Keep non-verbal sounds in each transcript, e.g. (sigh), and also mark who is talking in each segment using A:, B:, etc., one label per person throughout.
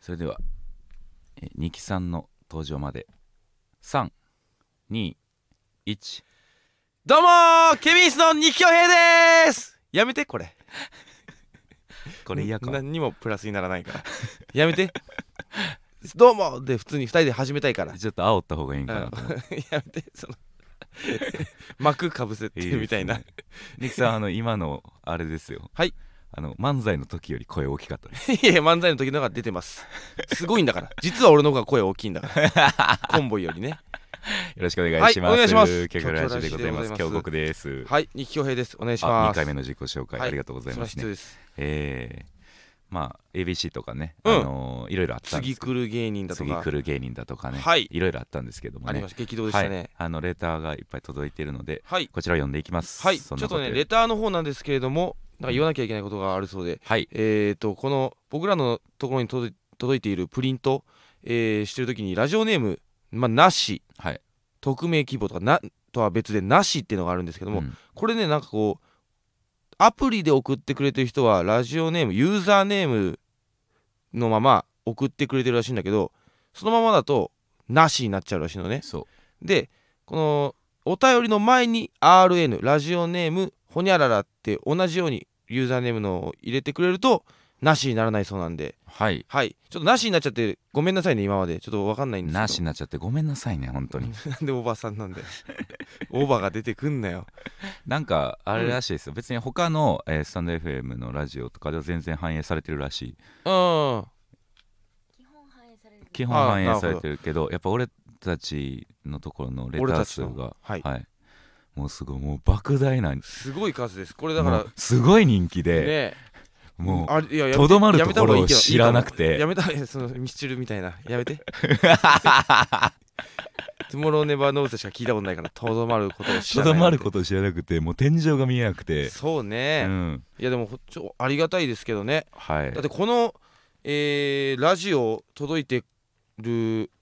A: それでは、えー、二木さんの登場まで321
B: どうもーケビンスの二木恭平でーすやめてこれ
A: これ嫌か
B: 何にもプラスにならないから
A: (laughs)
B: やめてどうもで普通に二人で始めたいから
A: ちょっと煽った方がいいんか
B: うん (laughs)
A: な
B: やめてその幕かぶせてみたいな
A: ですね二木さんあの今のあれですよ
B: (laughs) はい
A: あの漫才の時より声大きかったです
B: い (laughs) やいや漫才の時の方が出てますすごいんだから実は俺の方が声大きいんだから
A: (laughs)
B: コンボイよりね
A: よろしくお願いします、
B: はいお願いします
A: 曲ラジでございます
B: 曲ラジでございます
A: 京極です
B: はい二木恭平ですお願いし
A: あ
B: ま
A: 2
B: す
A: 回目の自己紹介、
B: はい
A: ありがとうございます
B: そ
A: ね
B: の人です
A: えー、まあ ABC とかね、
B: うん
A: あのーいろいろあったんで
B: 次
A: すけ
B: 来る芸人
A: ど
B: だと
A: 次
B: か
A: 来る芸人だとかね、
B: はい
A: いろいろあったんですけども
B: あり
A: ね
B: ました激動でした
A: はい
B: ね、
A: あのレターがいっぱい届いているので
B: はい
A: こちらを読んでいきます
B: はい、ち
A: そ
B: ょっ
A: んなことと
B: ね
A: より
B: レターの方なんですけれどもなんか言わなきゃいけないことがあるそうで
A: はい
B: えー、とこの僕らのところに届い届いているプリント、えーしてる時にラジオネーム、まあ、なし
A: はい
B: 匿名希望とかなとは別でなしっていうのがあるんですけども、
A: うん
B: これねなんかこうアプリで送ってくれてる人はラジオネームユーザーネームのまま送ってくれてるらしいんだけどそのままだとなしになっちゃうらしいのね
A: そ
B: でこのお便りの前に RN ラジオネームほにゃららって同じようにユーザーネームのを入れてくれるとなしにならないそうなんで
A: うはい
B: はいちょっとなしになっちゃってごめんなさいね今までちょっと分かんないんですけど
A: なしになっちゃってごめんなさいね本当に
B: (laughs) なんでお (laughs) ばさんなんだよおばが出てくんなよ
A: なんかあれらしいですよ別に他の、えースタンド FM のラジオとかでは全然反映されてるらしい
B: うん
C: 基本反映される
A: 基本
B: あ
A: 反映
B: ーなるほ
A: さ
B: ど
A: れてるけどやっぱ俺たちのところのレタ
B: 俺
A: ー
B: たち
A: 数
B: の
A: が
B: はい
A: はい、もうすごいもう莫大な
B: すごい数ですこれだか
A: も
B: ら
A: うすごい人気で、
B: ね
A: もう
B: あれいややめて
A: とどまる
B: や
A: と
B: めた
A: こ
B: 方がい
A: ろ
B: い
A: を
B: けど
A: 知らなく
B: いいか
A: て
B: もやめた (laughs) 方がいいそのミスチルみたいなやめ
A: (laughs)
B: てトゥモローネバーノーズしか聞いたことないからとどまることを知
A: と
B: らない
A: どまることを知らなくてもう天井が見えなくて、
B: そう
A: う
B: ね、
A: ん、
B: いやでもほちょありがたいですけどね
A: はい
B: だってこの、えーラジオ届いてる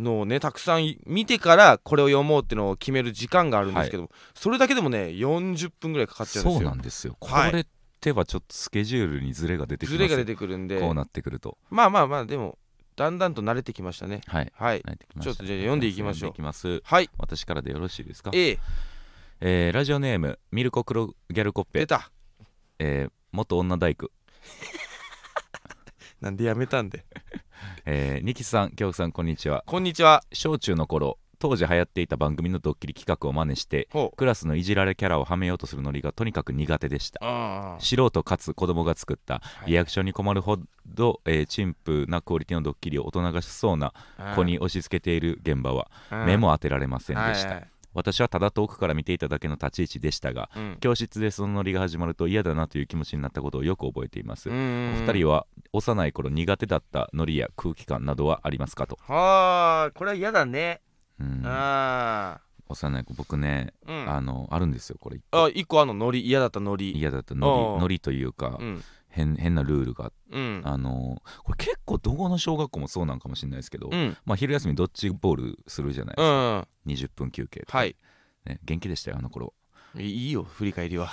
B: のをねたくさん見てからこれを読もうってのを決める時間があるんですけども、それだけでもね40分ぐらいかかっちゃうんで
A: そう
B: す
A: な
B: よ
A: んですよこ
B: はい
A: れってはちょっとスケジュールにズレが出てきます
B: ズレが出てくるんで
A: こうなってくると
B: まあまあまあでもだんだんと慣れてきましたね
A: はい
B: はい
A: 慣れてきました
B: ちょっとじゃあ読んでいきましょ
A: 読ん
B: う
A: でいきます
B: はい
A: 私からでよろしいですかえ
B: A
A: ーラジオネームミルコクロギャルコッ
B: 出
A: ペ、
B: た
A: えー元女大工、
B: なんでやめたんで
A: えー、ニキさん京子さんこんにちは
B: こんにちは
A: 小中の頃当時流行っていた番組のドッキリ企画を真似して
B: ほう
A: クラスのいじられキャラをはめようとするノリがとにかく苦手でした
B: あー
A: 素人かつ子供が作った
B: い
A: リアクションに困るほど、えー陳腐なクオリティのドッキリを大人がしそうな子に押し付けている現場は
B: うん
A: 目も当てられませんでし
B: はい
A: た
B: はい
A: 私はただ遠くから見ていただけの立ち位置でしたが
B: うん
A: 教室でそのノリが始まると嫌だなという気持ちになったことをよく覚えています
B: う
A: お
B: んうんうん
A: 二人は幼い頃苦手だったノリや空気感などはありますかと
B: はあこれは嫌だね
A: うん
B: あ
A: 幼い子僕ね
B: ーうん
A: あのあるんですよこれ
B: あ一個あのノリ嫌だったノリ
A: 嫌だったノ
B: あ
A: リ
B: あ
A: ノリというか
B: うん
A: 変変なルールがあって
B: うん
A: あのこれ結構どこの小学校もそうなんかもしれないですけど、
B: うん
A: まあ、昼休みドッジボールするじゃないです
B: う
A: か、
B: ん
A: 20分休憩とか
B: はい
A: ね、元気でしたよあの頃
B: いいいよ振り返りは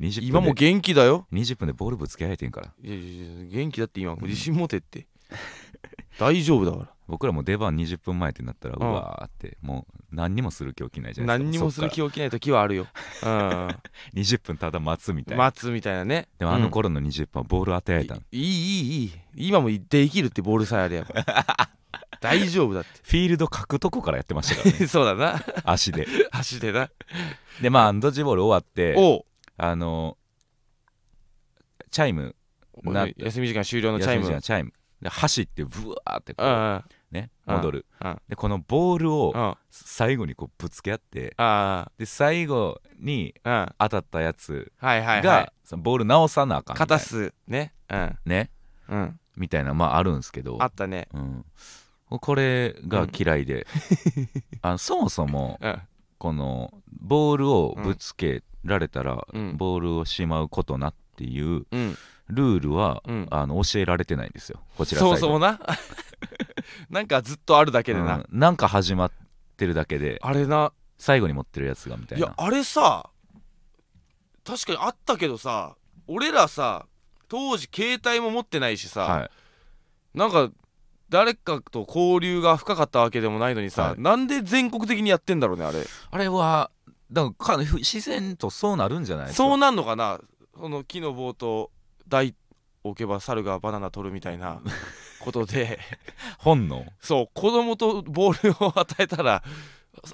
A: 20分
B: 今も
A: で
B: 元気だよ
A: 20分でボールぶつけられてんから
B: いやいやいや元気だって今自信持てって大丈夫だか
A: 僕らも出番20分前ってなったら、う
B: うん
A: わーってもう何にもする気起きないじ
B: ら
A: ゃないですか
B: 何にもする
A: そっか
B: 気起きない時はあるよ
A: (laughs)
B: うん
A: ら20分ただ待つみたいな、
B: 待つみたいなね
A: でもあの頃の20分はボール当てら
B: う
A: れ
B: んい
A: たの、
B: いいいいい今もできるってボールさえあれ
A: (laughs)
B: やば大丈夫だっ
A: フィールド書くとこからやってま
B: (laughs)
A: したから (laughs) ね
B: てそうだな
A: 足で
B: 足でな
A: でまあドッジボール終わって
B: おう
A: あのチャイムな
B: 休み時間終了のチャイ
A: 休
B: ム
A: み時間チャイムで箸ってブワーってこ
B: うんう
A: うんね、
B: うん
A: 戻る、
B: うん
A: でこのボールを
B: うん
A: 最後にこうぶつけ合って
B: あ
A: で最後に
B: あ、うん、は
A: 当たったやつ
B: い
A: が、
B: はいは
A: そのボール直さなあか
B: い。
A: んみたい
B: 片
A: な
B: すね、うん、
A: ね
B: うん、
A: みたいなまああるんですけど
B: あったね。
A: うん、これが嫌いで、あのそもそも
B: うん、
A: このボールをぶつけられたら、
B: うん
A: ボールをしまうことなっていう
B: うん、
A: ルールは、
B: うん
A: あの教えられてないんですよこちらサイ
B: そ
A: ド
B: もそもな、 (laughs) なんかずっとあるだけで
A: う
B: な、
A: んなんか始まってるだけで
B: あれな、
A: 最後に持ってるやつがみたい
B: い
A: な
B: やあれさ、確かにあったけどさ、俺らさ、当時携帯も持ってないしさ、
A: はい
B: なんか誰かと交流が深かったわけでもないのにさ、
A: はい
B: なんで全国的にやってんだろうねあれ
A: あれはだからか自然とそうなるんじゃないですか
B: そうなんのかなその木の棒と台置けば猿がバナナ取るみた
A: (laughs)
B: いなことで
A: 本能
B: そう子供とボールを与えたら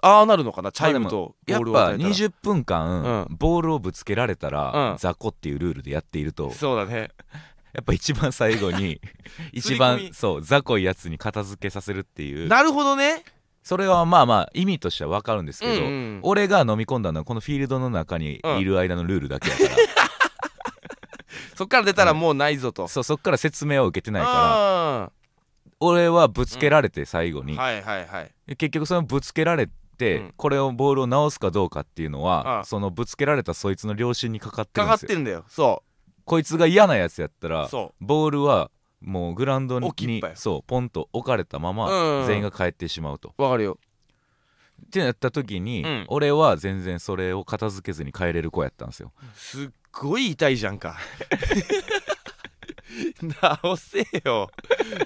B: ああなるのかなチャイムとボ
A: やっぱ
B: ールを与えたら
A: 20分間、
B: う
A: ボールをぶつけられたら、
B: うん
A: 雑魚っていうルールでやっていると
B: そうだね
A: やっぱ一番最後
B: (laughs)
A: に一
B: 刷り込
A: 番
B: み
A: そう雑魚いやつに片付けさせるっていう
B: なるほどね
A: それはまあまあ意味としては分かるんですけど、
B: うんうん
A: 俺が飲み込んだのはこのフィールドの中にいる間のルールだけやから、
B: (laughs) そっから出たらもうないぞと、
A: そうそっから説明を受けてないから
B: あ
A: 俺はぶつけられて最後
B: ー
A: に、
B: はいはいはい
A: 結局そのぶつけられて、
B: うん
A: これをボールを直すかどうかっていうのは
B: ああ
A: そのぶつけられたそいつの良心にかかって
B: か
A: るん
B: か
A: で
B: っ
A: すよ
B: てるんだよそ
A: こいつが嫌なやつやったら
B: うそ
A: ボールはもうグラウンドに
B: 置きっぱや
A: そうポンと置かれたま
B: うんう
A: ま
B: ん
A: 全員が帰ってしまうと。
B: うわかるよ
A: ってなった時に、
B: うん
A: 俺は全然それを片付けずに帰れる子やったんですよ。
B: すっごい痛いじゃんか (laughs) 直せよ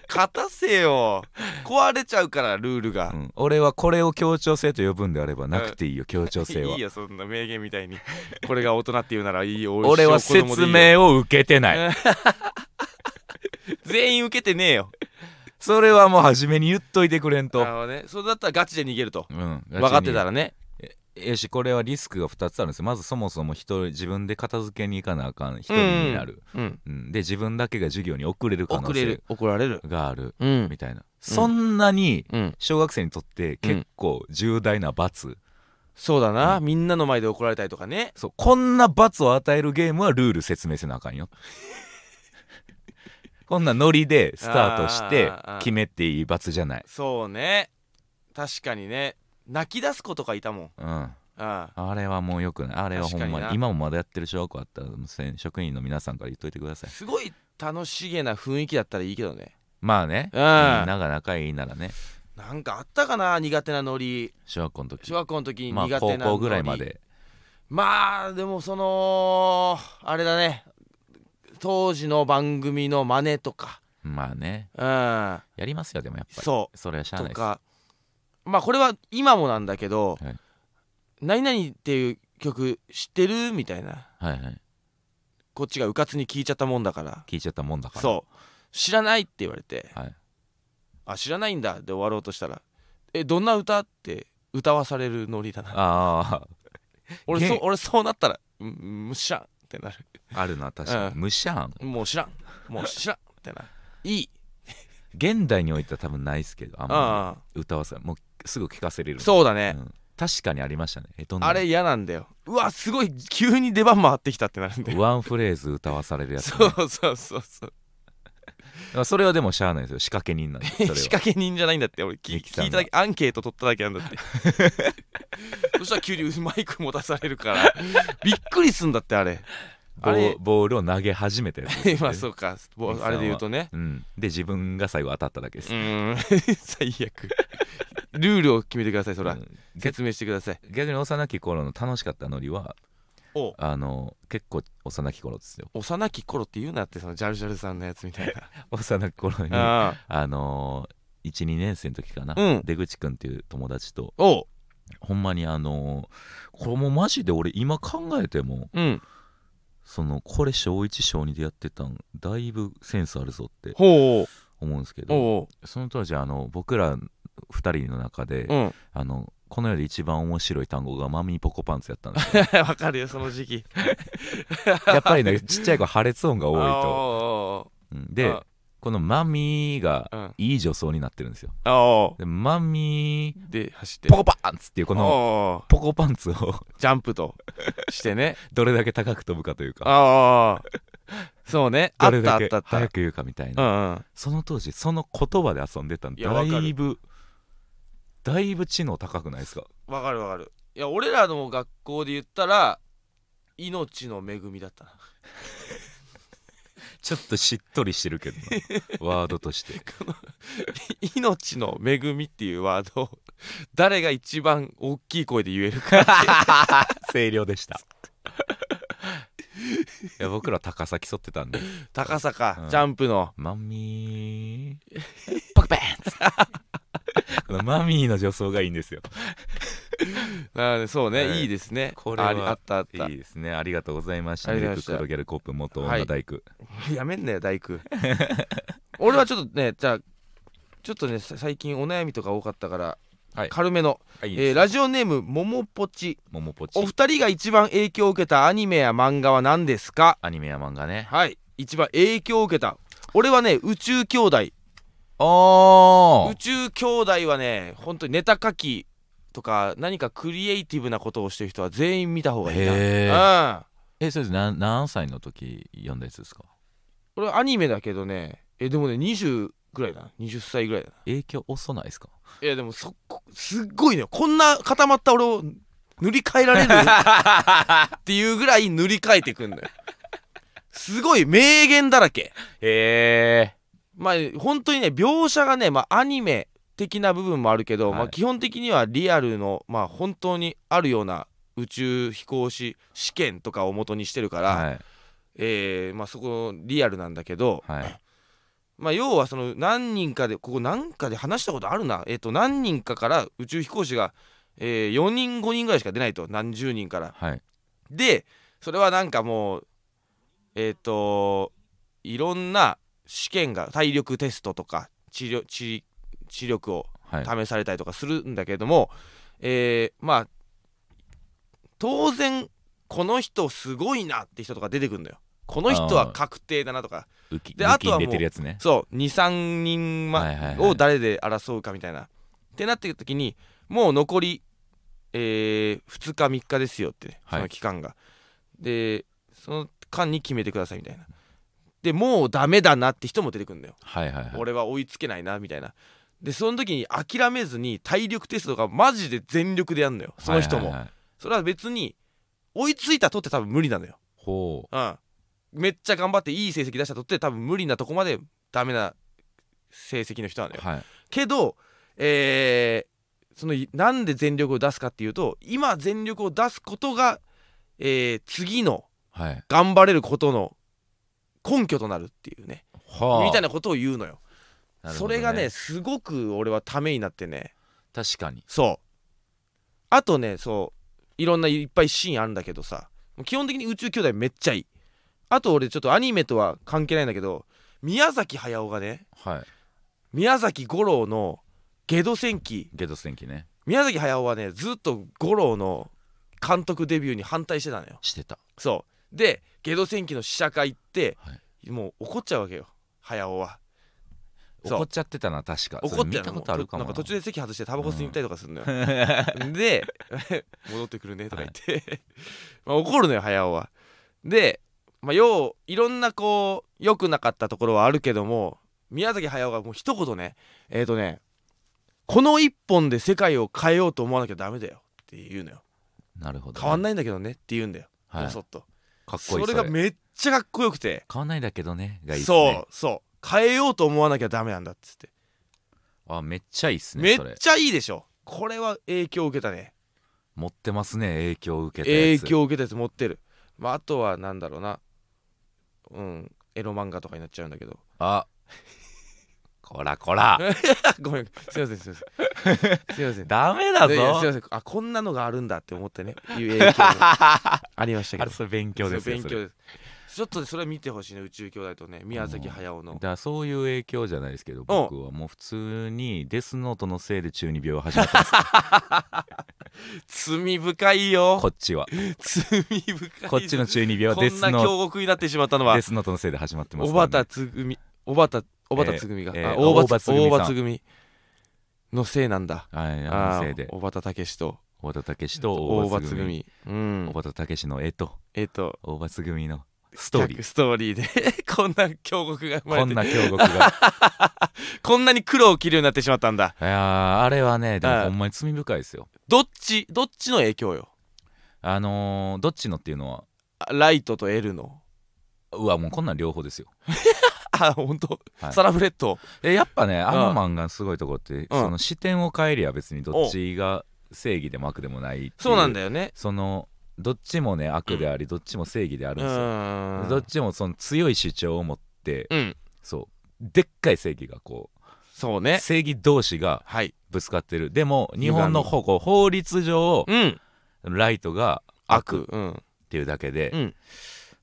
B: 勝たせよ壊れちゃうからルールが
A: う、ん、俺はこれを協調性と呼ぶんであればなくていいよ協調性はい
B: (laughs) い。よそんな名言みたいにこれが大人って言うならいいよ
A: 俺は
B: 一生子供
A: 説
B: でいいよ
A: 明を受けてない。
B: 全員受けてねえよ
A: それはもう初めに言っといてくれん
B: な
A: と
B: る。ほどねそれだったらガチで逃げると
A: うん、
B: 分かってたらね
A: よしこれはリスクが2つあるんですよまずそもそも人自分で片付けに行かなあかん人になる、
B: うん
A: うんで自分だけが授業に遅れる可
B: 遅
A: 能
B: れ
A: 性
B: る怒られる
A: がある
B: うん
A: みたいな、そんなに
B: うん
A: 小学生にとって結構重大な罰、
B: そうだな、みんなの前で怒られたりとかね
A: そうこんな罰を与えるゲームはルール説明せなあかんよ (laughs) こんなノリでスタートして
B: あーあーあー
A: 決めていい罰じゃない、
B: そうね確かにね泣き出す子とかいたもん
A: うん、
B: ああ
A: あれはもうよくないあれはほん
B: 確
A: ま
B: か
A: に
B: にな
A: 今もまだやってる小学校あったらせん職員の皆さんから言っといてください
B: すごい楽しげな雰囲気だったらいいけどね
A: まあね、
B: う
A: み
B: ん
A: んなが仲いいならね
B: なんかあったかな苦手なノリ
A: 小学校の時
B: 小学校の時に
A: ま
B: 苦手
A: あ
B: なノ
A: 高
B: リ、
A: 校ぐらいまで
B: まあでもそのあれだね当時の番組の真似とか
A: まあね
B: うん
A: やりますよでもやっぱり
B: そ
A: それはし
B: う
A: ゃあ
B: と
A: ないです
B: かまあこれは今もなんだけど
A: はい
B: 「何々」っていう曲知ってるみたいな
A: はいはい
B: こっちがうかつに聞いちゃったもんだから
A: 聞いちゃったもんだから
B: そう知らないって言われて
A: はい
B: 「あ知らないんだ」で終わろうとしたら「えどんな歌?」って歌わされるノリだな
A: あ
B: 俺そ
A: ゲ
B: う俺そうなったら「うんむしゃん」ってなる
A: ああるな確かに、
B: う
A: 無視案
B: もう知らんもう知らんってないい
A: 現代においては多分ないですけどあんま
B: ああ
A: り歌わせもうすぐ聞かせれる
B: そうだね、
A: うん確かにありましたねえどんな
B: あれ嫌なんだようわすごい急に出番回ってきたってなるんだよ
A: ワンフレーズ歌わされるやつ、ね、
B: そうそうそうそう
A: まあそれはでもしゃあないですよ仕掛け人なんでそれは
B: (laughs) 仕掛け人じゃないんだって俺聞
A: ミキさん
B: 聞
A: が
B: いただけアンケート取っただけなんだ
A: (laughs)
B: ってそしたら急にマイク持たされるからびっくりすんだって
A: (laughs)
B: あれ
A: ボ
B: あれ
A: ーボールを投げ始めたやつですよね、
B: 今そうかぼ
A: ミキさんは
B: あれで言うとね (laughs)
A: うん、で自分が最後当たっただけで
B: う
A: す、
B: ーん (laughs) 最悪ルールを決めてくださいそら、
A: うん
B: 説明してください
A: 逆に幼き頃の楽しかったノリは
B: お
A: あの結構幼き頃ですよ
B: 幼き頃って言うなってそのジャルジャルさんのやつみ
A: (laughs)
B: たい
A: 幼き頃にあ
B: なああ
A: の12年生の時かな、
B: うん
A: 出口くんっていう友達と
B: おう
A: ほんまにあのこれもうマジで俺今考えても
B: うん
A: そのこれ小1小2でやってたんだいぶセンスあるぞって
B: ほう
A: 思うんですけ
B: おう
A: ど
B: お
A: その当時あの僕ら2人の中で、
B: ううん (laughs)
A: あのこの世で一番面白い単語がマミーポコパンツやったんですよ (laughs)
B: わかるよその時期
A: やっぱりねちっちゃい子破裂音が多いと、
B: と
A: うんでこのマミーが
B: うん
A: いい女装になってるんですよ
B: あお
A: でマミー
B: で走って
A: ポコパンツっていうこの
B: の
A: ポコパンツを (laughs)
B: ジャンプとしてね
A: どれだけ高く飛ぶかというか
B: ああそうねあ
A: ど
B: っ
A: れ
B: た
A: だ
B: あっ
A: け
B: たあった
A: 早く言うかみたいな
B: うんうん
A: その当時その言葉で遊んでたん
B: い
A: だ
B: やわかる
A: いぶだいぶ知能高くないですか
B: わかるわかるいや俺らの学校で言ったら命の恵みだったな
A: ちょっとしっとりしてるけ
B: (laughs)
A: どなワードとして
B: 命の恵みっていうワードを誰が一番大きい声で言えるか
A: 清涼でしたいや僕ら高さ競ってたんで
B: 高さか、
A: うん
B: ジャンプの
A: マミー (laughs) マミーの女装がいいんですよ
B: あーそうね、
A: はい
B: いいですね
A: これは
B: ありあったあった
A: いいですねありがとうございました
B: あり
A: ミ
B: が
A: ル
B: とうご
A: ク
B: ざいました
A: 黒ギャルコップ元女大工、
B: やめんなよ
A: (laughs)
B: 大工俺はちょっとねじゃあちょっとねさ最近お悩みとか多かったから、
A: はい
B: 軽めの、
A: はい、いい
B: え
A: で
B: ー
A: す
B: ラジオネームももぽち
A: ももぽち
B: お二人が一番影響を受けたアニメや漫画は何ですか
A: アニメや漫画ね
B: はい一番影響を受けた俺はね宇宙兄弟
A: お
B: 宇宙兄弟はね本当にネタ書きとか何かクリエイティブなことをしてる人は全員見た方がいいな、
A: へー
B: うん
A: えそれ何何歳の時読んだやつですか
B: 俺はアニメだけどねえでもね20ぐらいだな20歳ぐらいだな
A: 影響遅ないですか
B: いやでもそこすっごいねこんな固まった俺を塗り替
A: (laughs)
B: えられるっていうぐらい塗り替えてくんだよすごい名言だらけ
A: へえ
B: まあ本当にね描写がね、まあ、アニメ的な部分もあるけど、
A: はい
B: まあ、基本的にはリアルの、まあ、本当にあるような宇宙飛行士試験とかを元にしてるから、
A: はい
B: えーまあ、そこリアルなんだけど、
A: はい
B: まあ、要はその何人かでここ何かで話したことあるな、えっと何人かから宇宙飛行士が、えー4人5人ぐらいしか出ないと何十人から。
A: はい
B: でそれはなんかもうえっ、といろんな試験が体力テストとか知力知知力を
A: はい
B: 試されたりとかするんだけども、えーまあ当然この人すごいなって人とか出てくるんだよ。この人は確定だなとか
A: 浮き
B: で
A: 浮
B: あ
A: き
B: とは
A: に
B: もう
A: 出てるやつね
B: そう23人、ま
A: はいはいはい
B: を誰で争うかみたいな。ってなってる時にもう残り、え2日3日ですよって
A: はい
B: その期間が。でその間に決めてくださいみたいな。でもうダメだなって人も出てくるんだよ。
A: はいはいはい
B: 俺は追いつけないなみたいな。でその時に諦めずに体力テストとかマジで全力でやるのよその人も、
A: はいはいはい
B: それは別に追いついたとって多分無理なのよ
A: ほ
B: うん、めっちゃ頑張っていい成績出したとって多分無理なとこまでダメな成績の人なの
A: う
B: よ。
A: はい
B: けど、えーそのいなんで全力を出すかっていうと今全力を出すことが、えー次の
A: はい
B: 頑張れることの根拠となるっていうね
A: はあ
B: みたいなことを言うのよ。
A: なるほ
B: そ
A: ど
B: れがねすごく俺はためになってね
A: 確かに
B: そうあとねそういろんないっぱいシーンあるんだけどさ基本的に宇宙兄弟めっちゃいいあと俺ちょっとアニメとは関係ないんだけど宮崎駿がね
A: はい
B: 宮崎五郎の「ゲド戦記
A: ゲド戦記ね」
B: 宮崎駿はねずっと五郎の監督デビューに反対してたのよ
A: してた
B: そうで「ゲド戦記」の試写会行って、
A: は
B: もう怒っちゃうわけよ駿はそう
A: 怒っちゃってたな確か
B: 怒って
A: それ見
B: の
A: たことあるかも
B: なんか途中
A: で
B: で席外してタバコ吸いに行ったりとかするのよ、 (laughs) で戻ってくるねとか言って、 (laughs) まあ怒るのよ早尾はで、まあ、よういろんなこう良くなかったところはあるけども宮崎駿がもう一言ねえっ、ー、とねこの一本で世界を変えようと思わなきゃダメだよって言うのよ
A: なるほど
B: 変わん
A: ない
B: ないんだけどねって言うんだよ、
A: はい
B: ぼそっと
A: かっこ
B: そ
A: いい
B: れがめっちゃかっこよくて
A: 変わんないだけどねがいいっす
B: そ
A: ね
B: うそう変えようと思わなきゃダメなんだっつって、
A: あめっちゃいいっす
B: め
A: ね
B: っ
A: それ
B: ちゃいいでしょこれは影響を受けたね
A: 持ってますね影響を受けたや
B: 影
A: つ
B: 響を受けたやつ持ってる、まあ、あとはなんだろうなうんエロ漫画とかになっちゃうんだけど (laughs)
A: あこらこら
B: ごめんすいませ
A: (laughs)
B: んすいませんすいません
A: ダメだ
B: いやいやすい
A: ぞ
B: ませんあこんなのがあるんだって思ってねいう影響が
A: (laughs)
B: ありました
A: あ
B: け
A: れ
B: ど
A: それ勉強ですよ
B: そう
A: そ
B: 勉
A: れ
B: 強ですちょっとそれ見てほしいね宇宙兄弟とね宮崎駿
A: (laughs) だ
B: の
A: からそういう影響じゃないですけど僕はもう普通にデスノートのせいで中二病始ま (laughs) ったんです
B: 罪深いよ
A: こっちは
B: 罪深
A: (laughs)
B: い
A: こっちの中二病は
B: こ
A: デ
B: ん
A: ス
B: な
A: ノー
B: 京極になってしまったの
A: ト
B: は
A: デスノートのせいで始まってます
B: 小
A: からね
B: 畑つぐみ小畑小畑つぐみが、
A: えー
B: あ
A: えー
B: 大
A: 大場
B: 場
A: つぐみさん
B: 大場つぐみのせいなんだ
A: はいあ
B: あ
A: の
B: ー
A: せいで
B: 小畑武史と
A: 小畑武史と
B: 大
A: 大
B: 場
A: 場
B: つ
A: つ
B: ぐ
A: ぐみ
B: みうん
A: 小畑武史の絵と
B: えっと
A: 大場つぐみのストーリ
B: 逆
A: ー
B: ストーリーで (laughs) こんな峡谷が生まれ
A: こ
B: てこん
A: ん
B: な
A: な京極 (laughs) が
B: に黒を着るようになってしまったんだ
A: いやーあれはねで
B: あ
A: も
B: あ
A: ほんまに罪深いですよ
B: どっちどっちの影響よ
A: あのー、どっちのっていうのは
B: あライトと L の
A: うわもうこんなん両方ですよ
B: あ本当、
A: はい
B: サラブレッド
A: えやっぱねあの漫画のすごいとこって、その視点を変えりゃ別にどっちが正義でも悪でもないってい
B: そうなん
A: よ
B: だよね
A: そのどっちもね悪でありどっちも正義であ
B: う
A: るんですよ、
B: ーん
A: どっちもその強い主張を持って
B: うん
A: そうでっかい正義がこう
B: そうね
A: 正義同士が
B: はい
A: ぶつかってるでも日本の方向法律上
B: うん
A: ライトが悪
B: 悪うん
A: っていうだけで、
B: うん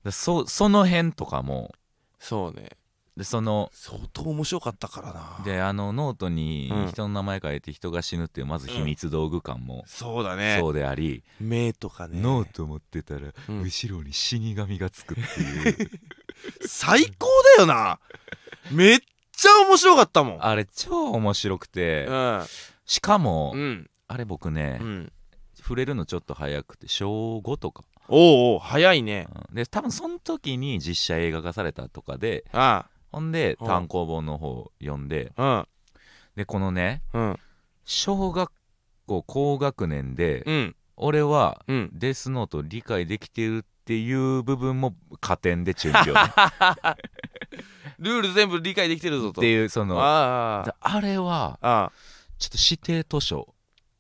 A: でそその辺とかも
B: そうね
A: でその
B: 相当面白かったからな
A: であのノートに
B: うん
A: 人の名前書いて人が死ぬっていうまず秘密道具感も
B: そうだね
A: そうであり、
B: 目とかね
A: ノート持ってたら
B: うん
A: 後ろに死神がつくっていう
B: 最高だよなめっちゃ面白かったも
A: (laughs)
B: ん
A: あれ超面白くて
B: うん
A: しかも
B: うん
A: あれ僕ね
B: うん
A: 触れるのちょっと早くて小5とか
B: おうおう早いね
A: うんで多分その時に実写映画化されたとかで
B: あ
A: ほんで
B: うん
A: 単行本の方読んで
B: あ
A: でこのね
B: うんうん
A: 小学校高学年で
B: うん
A: 俺は
B: うん
A: デスノート理解できてるっていう部分も加点で注意を、 (laughs) ね、
B: ルール全部理解できてるぞ
A: っ
B: と
A: ていうそのあ
B: ああ
A: れは
B: あ
A: ちょっと指定図書、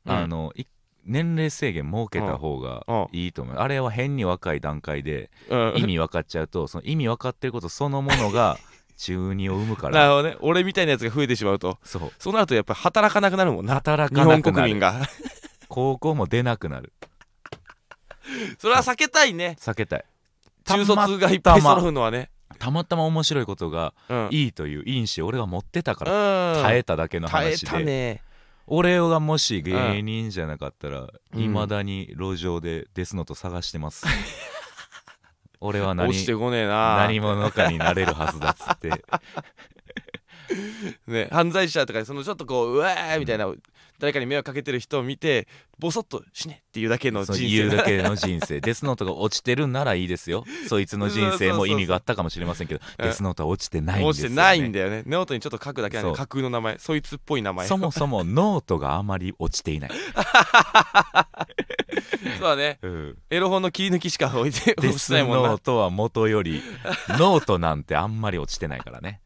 B: あ
A: あのい年齢制限設けた方がいいと思う、あれは変に若い段階で
B: うん
A: 意味分かっちゃうとその意味分かってることそのもの
B: (laughs)
A: が中二を生むか
B: なる
A: ら
B: ほどね俺みたいなやつが増えてしまうと
A: そう
B: そうなるとやっぱ働かなくなるもんな
A: 働
B: 日
A: かな
B: 本
A: く
B: 国
A: な
B: 民
A: る
B: が (laughs)
A: 高校も出なくなる
B: それは避けたいね
A: 避けたい
B: 中卒がいっぱい
A: たま
B: 揃うのはね
A: たまたま面白いことが
B: うん
A: いいという因子を俺が持ってたから耐
B: 耐
A: えただけの
B: 耐え
A: 話で、
B: たね
A: 俺がもし芸人じゃなかったら
B: うん
A: いま、未だに路上でデスノート探して
B: (laughs)
A: ます俺は何
B: 落ちてこねえな
A: 何者かになれるはずだっつ
B: (laughs)
A: って
B: ね、犯罪者とかそのちょっとこううわーみたいな、誰かに迷惑かけてる人を見てボソッと死ねっていうだけの
A: そ
B: 人
A: う言う
B: 生
A: だけの人生デスノートが落ちてるんならいいです
B: (laughs)
A: よそいつの人生も意味があったかもしれませんけど
B: うん
A: デスノートは落ちてないんで
B: 落
A: す
B: ち
A: よ、
B: て
A: ね、
B: ないんだよねノートにちょっと書くだけなんで
A: そう
B: 架空の名前そいつっぽい名前
A: そもそもノートがあまり落ちていない、
B: (laughs) そうだねエロ本の切り抜きしか置い
A: (laughs) デ
B: て押し
A: ス
B: てないもん
A: ノ
B: な
A: ートは元よりノートなんてあんまり落ちてないからね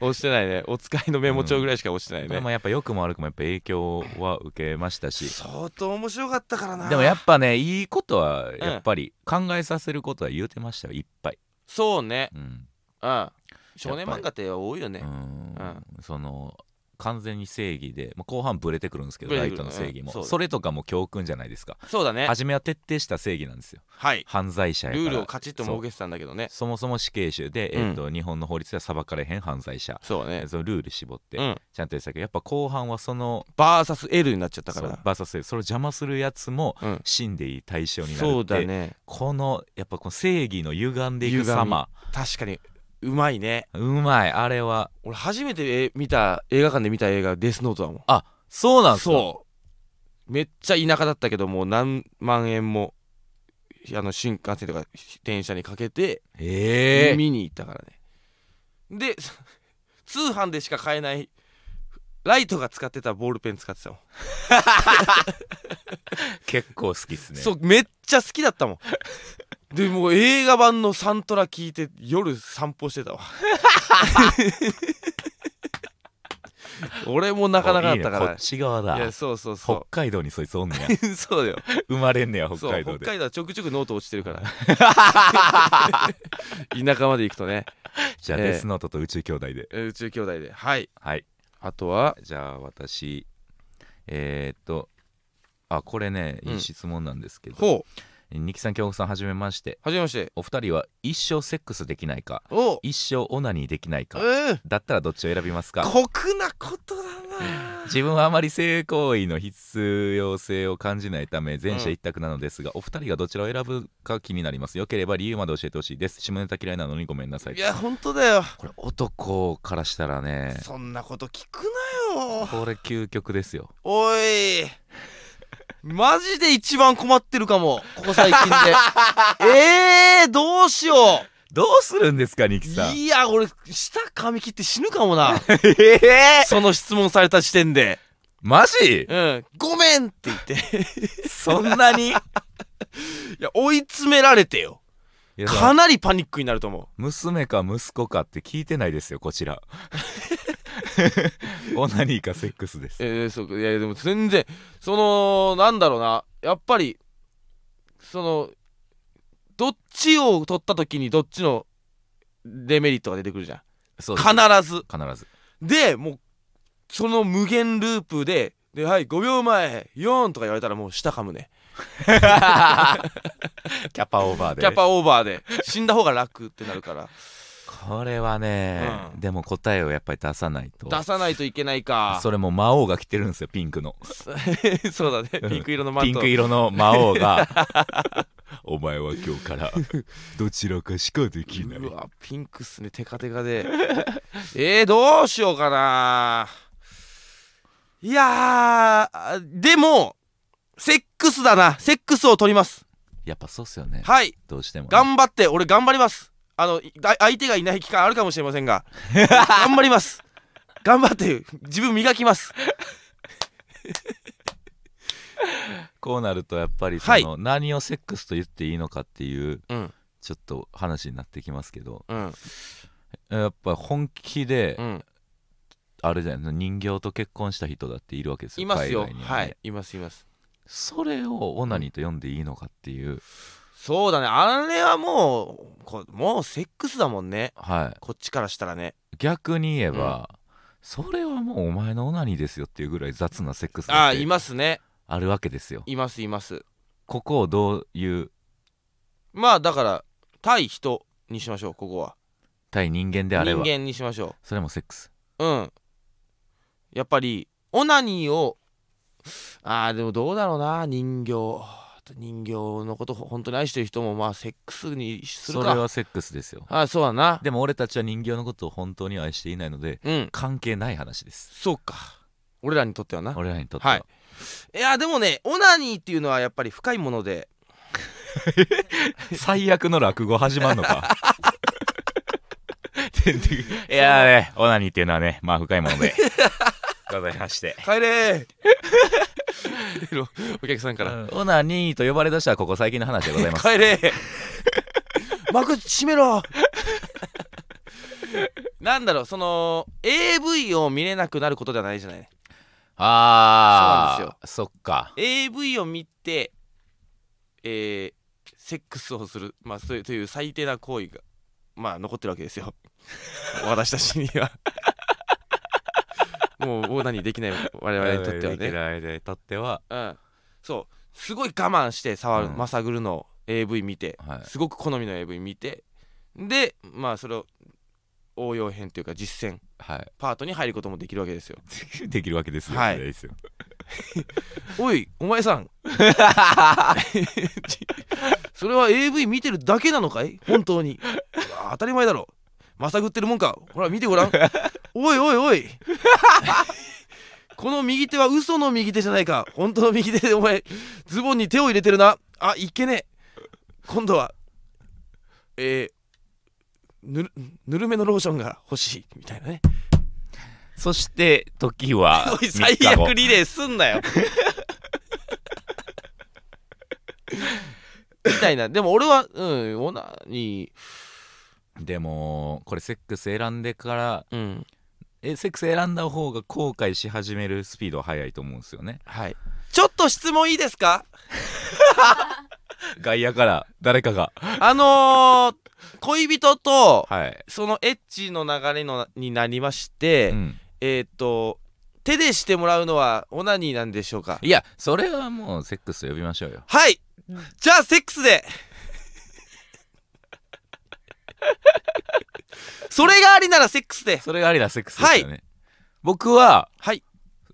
B: 押してないねお使いのメモ帳ぐらいしか押してないね、
A: でもやっぱ良くも悪くもやっぱ影響は受けましたし
B: 相当面白かったからな
A: でもやっぱねいいことはやっぱり考えさせることは言うてましたよいっぱい、
B: そうね
A: うん
B: うん少年漫画って多いよね
A: うん
B: うん
A: その完全に正義で、まあ、後半ブレてくるんですけど
B: ブレ
A: ラ
B: て
A: イ
B: くる
A: トの正義
B: うん
A: も、
B: そうだ
A: それとかも教訓じゃないですか
B: そうだね
A: 初めは徹底した正義なんですよ
B: はい
A: 犯罪者やか
B: ル
A: ら
B: ールをカチッと設けてたんだけどね
A: そもそも死刑囚で、
B: うん
A: えっと日本の法律では裁かれへん犯罪者、
B: そうね
A: そのルール絞って、
B: うん
A: ちゃんとやってたけどやっぱ後半はその
B: バーサス L になっちゃったか
A: そう
B: ら
A: バーサスそれを邪魔するやつも
B: うん
A: 死んでいい対象になるって
B: そうだね
A: このやっぱこの正義の歪んでいく
B: 歪み
A: 様
B: 確かにうまいね
A: うまいあれは
B: 俺初めてえ見た映画館で見た映画デスノートだもん
A: あそうなんすか
B: そうめっちゃ田舎だったけどもう何万円もあの新幹線とか電車にかけて
A: ええ
B: 見に行ったからねで (laughs) 通販でしか買えないライトが使ってたボールペン使ってたもん、
A: 結構好きっすね
B: そうめっちゃ好きだったも
A: (laughs)
B: んでもう映画版のサントラ聞いて夜散歩してたわ俺もなかなかだったか
A: い
B: ら
A: いねこっち側だ
B: いやそうそう
A: 北
B: そ
A: 海道に (laughs) そいつおんねや
B: うそうだよ
A: 生まれんねや
B: そ
A: 北
B: う
A: 海道で
B: 北海道はちょくちょくノート落ちてるから
A: (laughs)
B: 田舎まで行くとね
A: じゃあ、
B: ええ
A: デスノートと宇宙兄弟で
B: えー宇宙兄弟ではい
A: はい
B: あとは
A: じゃあ私えー、っとあこれね
B: うん
A: いい質問なんですけど、
B: ほう
A: 二木さん京子さんはじめまして
B: はじめまして
A: お二人は一生セックスできないか
B: おう
A: 一生オナニーできないか
B: うん
A: だったらどっちを選びますか
B: 酷なことだな
A: 自分はあまり性行為の必要性を感じないため前者一択なのですが、お二人がどちらを選ぶか気になりますよければ理由まで教えてほしいです下ネタ嫌いなのにごめんなさい
B: いや本当だよ
A: これ男からしたらね
B: そんなこと聞くなよ
A: これ究極ですよ
B: おいマジで一番困ってるかもここ最近
A: (laughs)
B: でえー、どうしよう
A: どうするんですかニキさん
B: いや俺舌噛み切って死ぬかもな
A: え
B: その質問された時点で
A: (laughs) マジ
B: うん、ごめんって言って
A: そんな
B: (laughs)
A: にい
B: いや追い詰められてよ
A: や
B: かなりパニックになると思
A: 娘か息子かって聞いてないですよこち
B: (laughs)
A: ら (laughs) オナニーかセックスです
B: うえー、そういやでも全然そのなんだろうなやっぱりそのどっちを取った時にどっちのデメリットが出てくるじゃん
A: そうです
B: 必ず
A: 必ず
B: でもうその無限ループで「ではい5秒前4」とか言われたらもう下噛むね
A: キャパオーバーで
B: キャパオーバーで死んだ方が楽ってなるから
A: これはね、
B: うん
A: でも答えをやっぱり出さないと
B: 出さないといけないか
A: それも魔王が着てるんですよピンクの
B: (laughs) そうだねピンク色のマ
A: ピ
B: ン
A: ン
B: ト
A: ク色の魔王
B: (laughs)
A: がお前は今日からどちらかしかできないう
B: わピンクっすねテカテカで (laughs) えー、どうしようかないやーでもセックスだなセックスを取ります
A: やっぱそうっすよね
B: はい
A: どうしてもね、
B: 頑張って俺頑張りますあのいあ相手がいない期間あるかもしれませんが (laughs) 頑張ります頑張って自分磨きます
A: こうなるとやっぱりそ
B: はい
A: の、何をセックスと言っていいのかっていう
B: うん
A: ちょっと話になってきますけど
B: うん
A: やっぱ本気で、
B: うん
A: あれじゃない人形と結婚した人だっているわけですよ
B: いますよ
A: 海外にはね
B: はいいますいます
A: それをオナニーと呼んでいいのかっていう
B: そうだねあれはもうこもうセックスだもんね
A: はい
B: こっちからしたらね
A: 逆に言えば、それはもうお前のオナニーですよっていうぐらい雑なセックス
B: あ
A: だ
B: あ
A: っ
B: い
A: て
B: ますね
A: あるわけですよ
B: いますいます
A: ここをどういう
B: まあだから対人にしましょうここは
A: 対人間であれ
B: 人
A: ば
B: 間にしましょ
A: それもセックス
B: ううんやっぱりオナニーをああでもどうだろうな人形人形のことほ本当に愛してる人もまあセックスにする
A: そ
B: か
A: れはセックスですよ
B: ああそうだな
A: でも俺たちは人形のことを本当に愛していないので
B: うん
A: 関係ない話です
B: そうか俺らにとってはな
A: 俺らにとっては、
B: はいいやでもねオナニーっていうのはやっぱり深いもので
A: 最悪の落語始まんの
B: (laughs)
A: かいやーねオナニーっていうのはねまあ深いものでございま
B: (laughs)
A: して (laughs)
B: 帰れお客さんから
A: オナニーと呼ばれだしたらここ最近の話でございます
B: 帰れ (laughs) 幕閉めろ (laughs) なんだろうその AV を見れなくなることではないじゃない
A: ああ
B: そうなん
A: そっか
B: AV を見てえーセックスをする、まあ、そういうという最低な行為が、まあ、残ってるわけですよ私たちに (laughs) はもうオーナニーできない我々にとっては
A: 生き
B: ね
A: る間にとっては、
B: うん、そうすごい我慢して触る、
A: うん
B: まさぐるの AV 見て、
A: はい
B: すごく好みの AV 見てでまあそれを応用編というか実践
A: は
B: パートに入ることもできるわけ (laughs) ですよ
A: い、できるわけですよ、
B: はい
A: いいですよ
B: おいお前さんそれは AV 見てるだけなのかい本当にうわ当たり前だろまさぐってるもんかほら見てごらんおいおいおいこの右手は嘘の右手じゃないか本当の右手でお前ズボンに手を入れてるなあいけねえ今度はえーぬるぬるめのローションが欲しいみたいなね
A: そして時は
B: (laughs) おい
A: 3日後
B: リレーすんなよ (laughs) みたいなでも俺はうんオナに
A: でもこれセックス選んでから
B: うん
A: えセックス選んだ方が後悔し始めるスピードは速いと思うんですよね
B: はいちょっと質問いいですか
A: 外野から誰かが
B: あ (laughs) のー、恋人と
A: はい、
B: そのエッチの流れのになりまして、
A: うん、
B: えーっと手でしてもらうのはオナニーなんでしょうか
A: いやそれはもうセックスと呼びましょうよ
B: はいじゃあセックスで (laughs) それがありならセックスで
A: それがありなセックスですよね、僕は
B: はい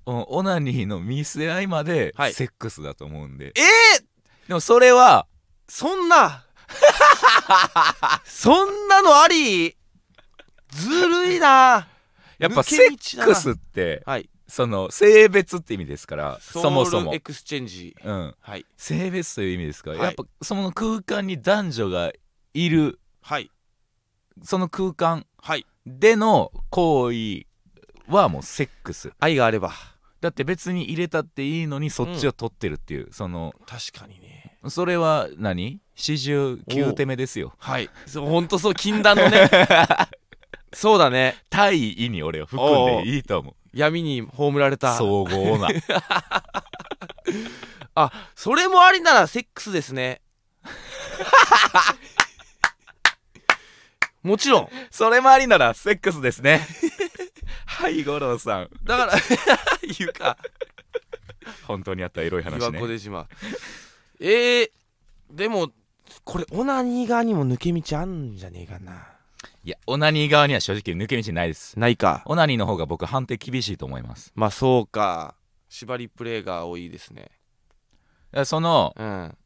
A: うんオナニーの見せ合いまで
B: はい
A: セックスだと思うんで、
B: えー、
A: でもそれは
B: そん (laughs) なそんなのありずるいな
A: やっぱ
B: 抜け
A: セ
B: 道だな
A: ックスって
B: はい
A: その性別って意味ですからそもそ
B: ソウ
A: も
B: ルエ、クスチェンジ
A: うん、
B: はい
A: 性別という意味ですから、
B: はい
A: やっぱその空間に男女がいる
B: はい
A: その空間
B: はい
A: での行為はもうセックス
B: 愛があれば
A: だって別に入れたっていいのにそっちを取ってるっていう、その
B: 確かにね
A: それは何四十九手目ですよ
B: はいそうほんとそう禁断のね (laughs) そうだね
A: 対意に俺を含んでいいと思う
B: 闇に葬られた
A: 総合な (laughs)
B: あそれもありならセックスです (laughs) ねもちろん (laughs)
A: それもありならセックスですねはい五郎さん
B: だから言うか
A: 本当にあったエロい話
B: 琵琶湖
A: ね
B: で島えー、でもこれオナニー側にも抜け道あんじゃねえかない
A: やオナニー側には正直抜け道ないです
B: ないか
A: オナニーの方が僕判定厳しいと思います
B: まあそうか縛りプレーが多いですね
A: いやその
B: うん、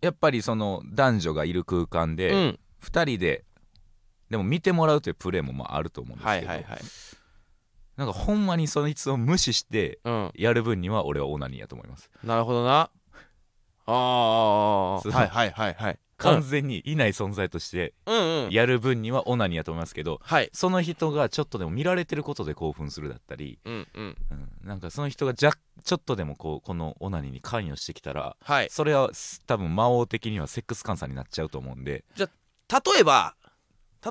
A: やっぱりその男女がいる空間で、
B: うん
A: 2人ででも見てもらうというプレーもまああると思うんです
B: は
A: け
B: い
A: ど、
B: はいはい
A: なんかほんまにそいつを無視して
B: うん
A: やる分には俺はオナニーやと思います
B: なるほどなあーあーあ
A: そ
B: ー
A: う
B: はいはいはいはい
A: 完全にいない存在として
B: うんうんうん
A: やる分にはオナニーやと思いますけど
B: はい
A: その人がちょっとでも見られてることで興奮するだったり、
B: うんうん
A: うん、なんかその人がじゃちょっとでもこうこのオナニーに関与してきたら
B: はい
A: それはす多分魔王的にはセックス換算になっちゃうと思うんで
B: 例えば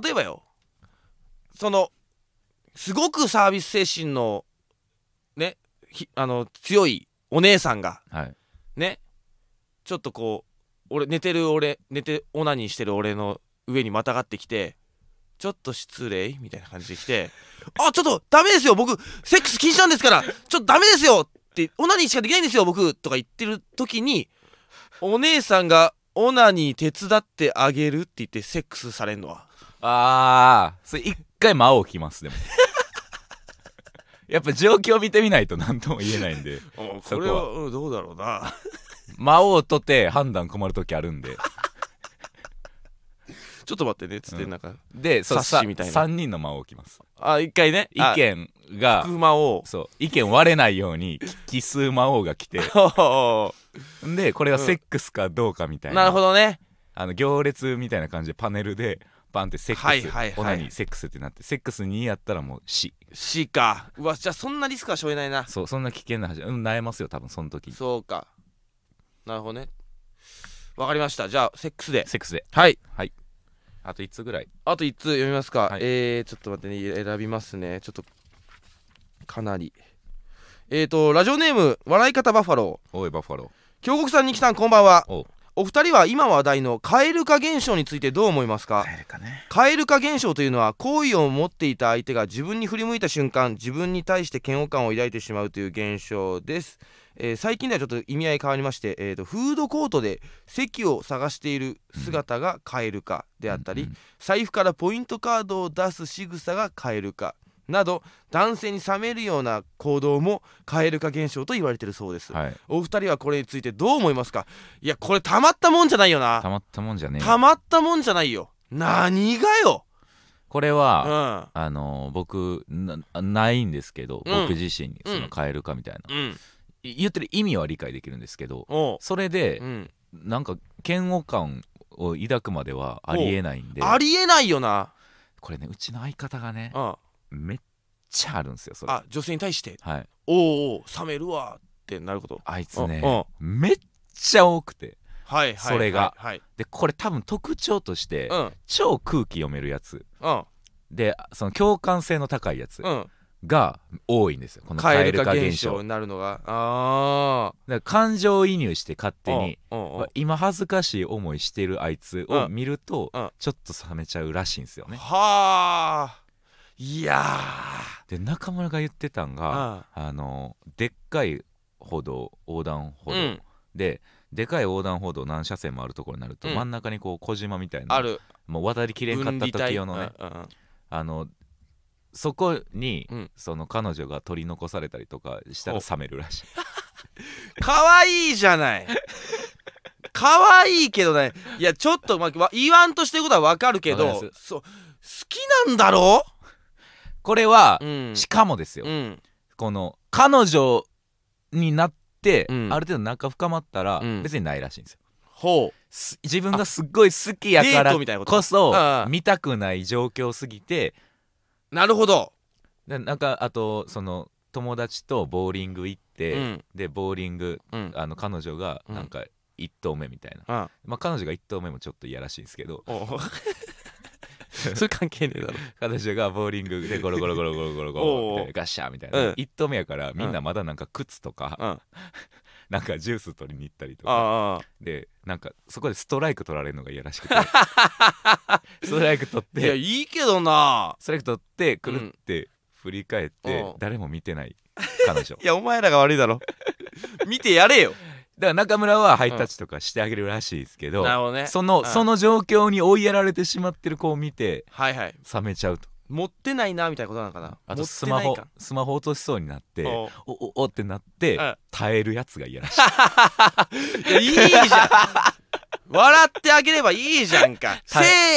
B: 例えばよそのすごくサービス精神のねひあの強いお姉さんが
A: はい
B: ねちょっとこう俺寝てる俺寝てオナニーしてる俺の上にまたがってきてちょっと失礼みたいな感じで来て「あちょっとダメですよ僕セックス禁止なんですからちょっとダメですよ」って「オナニーしかできないんですよ僕」とか言ってる時にお姉さんが「オナニー手伝ってあげる」って言ってセックスされんのは
A: ああそれ一回魔王きますでも (laughs) やっぱ状況見てみないと何とも言えないん
B: (laughs)
A: で
B: これはうんどうだろうな
A: 魔王とて判断困る時あるんで
B: ちょっと待ってねっつって
A: うん
B: なんか、
A: でそう
B: 察
A: さ
B: しみたいな
A: 3人の魔王きます
B: あ一回ね
A: 意見が
B: 熊を
A: そう意見割れないように奇数魔王が来てでこれはセックスかどうかみたいな,、
B: なるほどね
A: あの行列みたいな感じでパネルでバンってセックス、
B: はいはいはい
A: オナニーセックスってなってセックス2やったらもう死
B: C かうわじゃあそんなリスクはしょえないな
A: そうそんな危険な話、うん、悩ますよ多分その時セ
B: そうかなるほどねわかりましたじゃあセックスで
A: ックスで
B: はい
A: あと1つぐらい
B: あと1通読みますか、
A: はい
B: えー、ちょっと待ってね選びますねちょっとかなりえーとラジオネーム笑い方バファロー
A: おいバッファロ
B: 京極さんに来たんこんばんは
A: ーおう
B: お二人は今話題の蛙化現象についてどう思いますか
A: るかね
B: 蛙化現象というのは好意を持っていた相手が自分に振り向いた瞬間自分に対して嫌悪感を抱いてしまうという現象です、えー最近ではちょっと意味合い変わりまして、えーとフードコートで席を探している姿が蛙化であったり、
A: うんうん
B: 財布からポイントカードを出す仕草が蛙化など男性に冷めるような行動も蛙化現象と言われているそうです、
A: はい
B: お二人はこれについてどう思いますかいやこれたまったもんじゃないよな
A: たまったもんじゃねえ
B: たまったもんじゃないよ何がよ
A: これは、
B: う
A: あのー僕なないんですけど、
B: うん
A: 僕自身に
B: うん
A: その変えるかみたいな、
B: んうん
A: い言ってる意味は理解できるんですけど
B: お
A: それで
B: う、ん、
A: なんか嫌悪感を抱くまではありえないんで
B: ありえないよな
A: これねうちの相方がね
B: あ
A: めっちゃあるんですよそれ
B: あ女性に対して
A: はい
B: 「おうおう冷めるわ」ってなること
A: あいつねめっちゃ多くて
B: はいはいはい
A: それが
B: はい、
A: でこれ多分特徴として
B: うん
A: 超空気読めるやつ
B: うん
A: でその共感性の高いやつ
B: うん
A: が多いんですよこの
B: 蛙
A: 蛙化
B: 化
A: 現
B: 現
A: 象
B: 象になるのがああ
A: だから感情移入して勝手に
B: うんうん
A: わ今恥ずかしい思いしてるあいつを
B: うん
A: 見ると
B: うん
A: ちょっと冷めちゃうらしいんですよね
B: はあいやー
A: で中村が言ってたんが
B: あ
A: あのでっかい歩道横断歩
B: う
A: 道
B: ん
A: ででかい横断歩道何車線もあるところになると
B: うん
A: 真ん中にこう小島みたい
B: あ
A: な
B: る
A: もう渡りきれんかった時用のね
B: うんうん
A: あのそこに
B: うん
A: その彼女が取り残されたりとかしたら
B: ほ
A: 冷めるらしい
B: かわいいじゃない (laughs) かわいいけどねいやちょっと、まあわ、言わんとしてることはわかるけ
A: わか
B: ど
A: りま
B: そう好きなんだろ
A: これは
B: う、うん
A: しかもですよ
B: うん
A: この彼女になって、
B: うん
A: ある程度仲深まったら、
B: うん
A: 別にないらしいんですよ
B: ほ
A: す自分がすっごい好きやか
B: デー
A: ら
B: トみたいなこと
A: こ
B: あ
A: そ
B: あ
A: 見たくない状況すぎて
B: うなるほど、
A: でなんかあとその友達とボーリング行って、
B: うん
A: でボーリング
B: うん
A: あの彼女が
B: うん
A: なんか1投目みたいな、
B: あ
A: まあ彼女が1投目もちょっといやらしいんですけど
B: (laughs) それ関係ねえだろ
A: 彼女がボーリングでゴロゴロゴロゴロゴロゴロ
B: おうお
A: みた
B: う
A: いなガッシャーみたいな、
B: うん
A: 1投目やからみんなまだなんか靴とか、
B: うん
A: なんかジュース取りに行ったりとか
B: ああ
A: でなんかそこでストライク取られるのがいやらしくてストライク取っ
B: いや
A: て
B: いいけどな
A: ストライク取ってくるって、振り返って
B: うん
A: 誰も見てない彼女だか
B: いやお前らが悪いだろ (laughs) 見てやれ (laughs) よ
A: ら中村はハイタッチとかしてあげるらしいですけど,、
B: なるほどね
A: その
B: うん
A: その状況に追いやられてしまってる子を見て
B: はいはい
A: 冷めちゃうと
B: 持ってないなみたいなことなのかな
A: あとスマ
B: 持
A: ホ
B: ってないか
A: スマホ落としそうになって
B: おう
A: おおおってなって
B: うん
A: 耐えるやつが嫌
B: (laughs)
A: らしい
B: いやいいじゃん笑ってあげればいいじゃん (laughs) か、
A: はい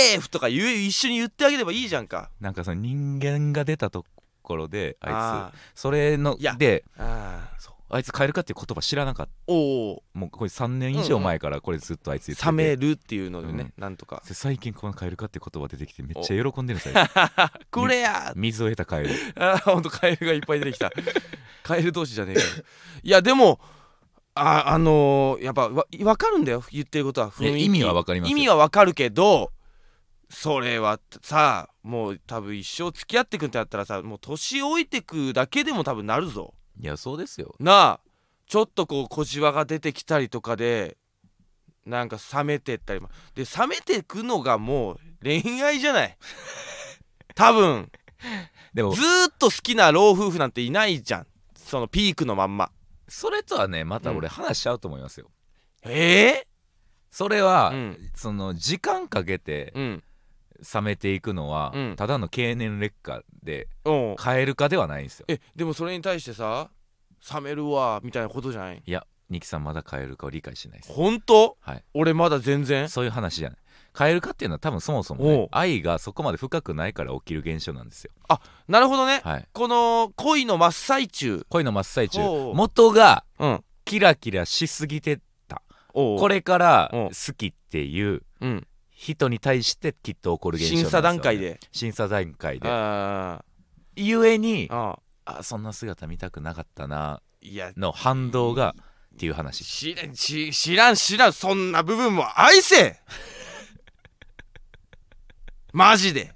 B: セーフとか言う一緒に言ってあげればいいじゃんか
A: なんかその人間が出たところであ
B: あ
A: いつそれの
B: いや
A: で
B: ーあー
A: そうあいつ変えるかっていう言葉知らなかった
B: おお
A: もうこれ3年以上前からこれずっとあいつ言ってて、
B: 冷めるっていうので
A: う
B: ね
A: ん、
B: なんとか
A: で最近このカエルかって言葉出てきてめっちゃ喜んでるんですよあい
B: (laughs)
A: つ
B: これや (laughs)
A: 水を得たカエル
B: あーほんとカエルがいっぱい出てきた (laughs) カエル同士じゃねえかよいやでもああのーやっぱわ分かるんだよ言ってることは雰囲
A: ね
B: 気
A: 意味はわかりますよ
B: 意味は分かるけどそれはさもう多分一生付き合ってくんってなったらさもう年老いてくだけでも多分なるぞ
A: いやそうですよ
B: なあちょっとこう小じわが出てきたりとかでなんか冷めてったりもで冷めてくのがもう恋愛じゃない多分
A: でも
B: ずーっと好きな老夫婦なんていないじゃんそのピークのまんま
A: それとはねまた俺話しちゃうと思いますよ、
B: え
A: それ
B: え
A: は、
B: うん
A: その時間かけて
B: うん
A: 冷めていくのは、
B: うん
A: ただの経年劣化で
B: おう
A: カエル化ではないんですよ
B: えでもそれに対してさ冷めるわみたいなことじゃない
A: いやニキさんまだカエル化を理解してないです
B: 本当
A: はい
B: 俺まだ全然
A: そういう話じゃないカエル化っていうのは多分そもそも、ね
B: おう、
A: 愛がそこまで深くないから起きる現象なんですよ
B: なるほどね
A: はい
B: この恋の真っ最中
A: 恋の真っ最中
B: おう
A: 元が
B: うん
A: キラキラしすぎて
B: おう
A: これから
B: うん
A: 好きっていう
B: うん
A: 人に対してきっと起こる現象なんで
B: 審
A: すよね
B: 査段階で
A: 審査段階で
B: あ
A: ゆえに
B: ーあー
A: あそんな姿見たくなかったない
B: や
A: の反動がっていう話
B: 知らん知知らん知らんそんな部分も愛
A: (laughs)
B: せマジで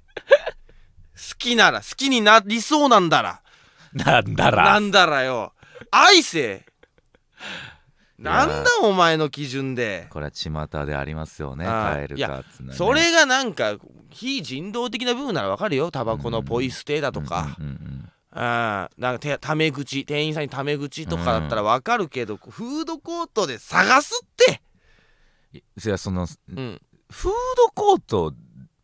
B: 好きなら好きになりそうなんだら
A: なんだ
B: な
A: ら
B: んだらよ愛せ
A: や
B: なんだお前の基準で
A: これは巷でありますよね
B: あー
A: カエルかっつうのはね
B: それがなんか非人道的な部分ならわかるよタバコのポイ捨てだとか、
A: うんうんうん
B: うんなんかてタメ口店員さんにタメ口とかだったらわかるけど、フードコートで探すって、
A: いそれはその
B: うん、
A: フードコート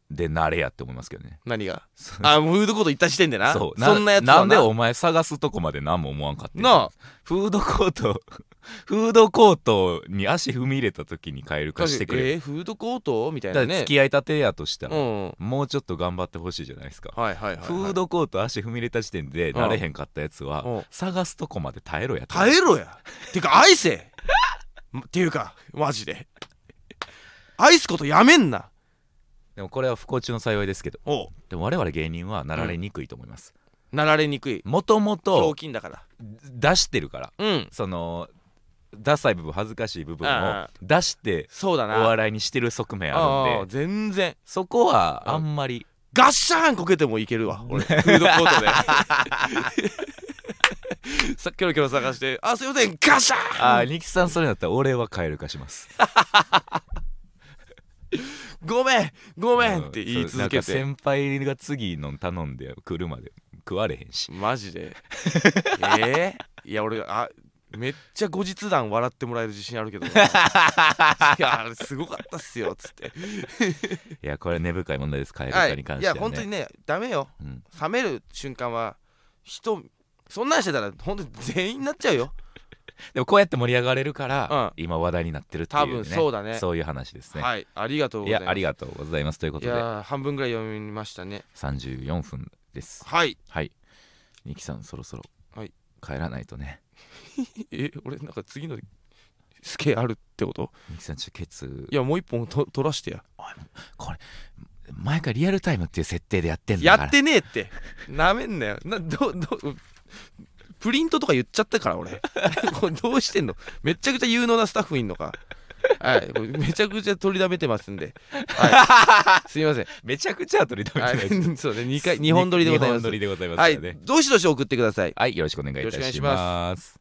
A: でなれやって思いますけどね
B: 何が
A: そ
B: (laughs) あもうフードコート行った時点でな
A: そう
B: そんなやつは
A: なんでお前探すとこまで何も思わんかってんの
B: なあ
A: フードコート (laughs) フードコートに足踏み入れた時にカエル化してくれ
B: えーフードコートみたい
A: だか
B: な
A: ら
B: ね
A: 付き合いたてやとした
B: う
A: ら、
B: んはい
A: もうちょっと頑張ってほしいじゃないですか、
B: はいはい、はい、
A: フードコート足踏み入れた時点で
B: うん
A: なれへんかったやつは、
B: うん
A: 探すとこまで耐えろやって
B: 耐えろやてか愛せっていうかマジで愛すことやめんな
A: でもこれは不幸中の幸いですけど
B: おう
A: でも我々芸人はなられにくいと思います
B: なられにくい
A: もとも
B: ひょ
A: と
B: うきんだから
A: 出してるから
B: うん
A: そのダサい部分恥ずかしい部分
B: あ
A: を
B: あ
A: 出して
B: そうだ
A: お
B: な
A: 笑いにしてる側面あ
B: あ
A: る
B: あ
A: んで
B: 全然
A: そこはあんまり
B: ガッシャーンこけてもいけるわ俺フード
A: (laughs)
B: コートでさっきのキョロ探してあすいませんガッシャーン
A: ああニキさんそれだったら俺はカエル化します
B: ごめんご
A: ご
B: めんって言い続けて
A: 先輩が次の頼んで来るまで食われへん
B: (laughs)
A: し
B: マジでえー、いや俺あめっちゃ後日談笑ってもらえる自信あるけど (laughs) ないやあれすごかったっすよっつって、
A: いやこれ根深い問題ですカエル
B: は
A: 化
B: い
A: に関し
B: い
A: ては
B: や
A: ね、
B: 本当にねダメよ
A: うん
B: 冷める瞬間は人そんなんしてたら本当に全員になっちゃうよ
A: でもこうやって盛り上がれるから、今話題になってるっていう、ね、
B: 多分そうだね
A: そういう話ですね、
B: はいありがとうご
A: い
B: ざい
A: や
B: ます
A: ありがとうございますということ
B: い
A: で
B: やー半分ぐらい読みましたね
A: 34分です
B: はい
A: はいニキさんそろそろ
B: はい
A: 帰らないとね、
B: え俺なんか次のスケあるってこと
A: ニキさんちょっとケツ
B: いやもう一本と取らしてや
A: 毎回リアルタイムっていう設定でやってんだから
B: やってねえってなめんなよなどどプリントとか言っちゃったから俺 (laughs) これどうしてんのめちゃくちゃ有能なスタッフいんのかはいこれめちゃくちゃ取りだめてますんで、は
A: (laughs)
B: い、すいません、
A: めちゃくちゃ取り留め
B: は
A: てない (laughs) です
B: い、 (laughs) そうね2回日本撮りでございま
A: 日本
B: す
A: 撮りでございますか
B: は
A: らね
B: いどしどし送ってください
A: はい、よろしくお願いいたします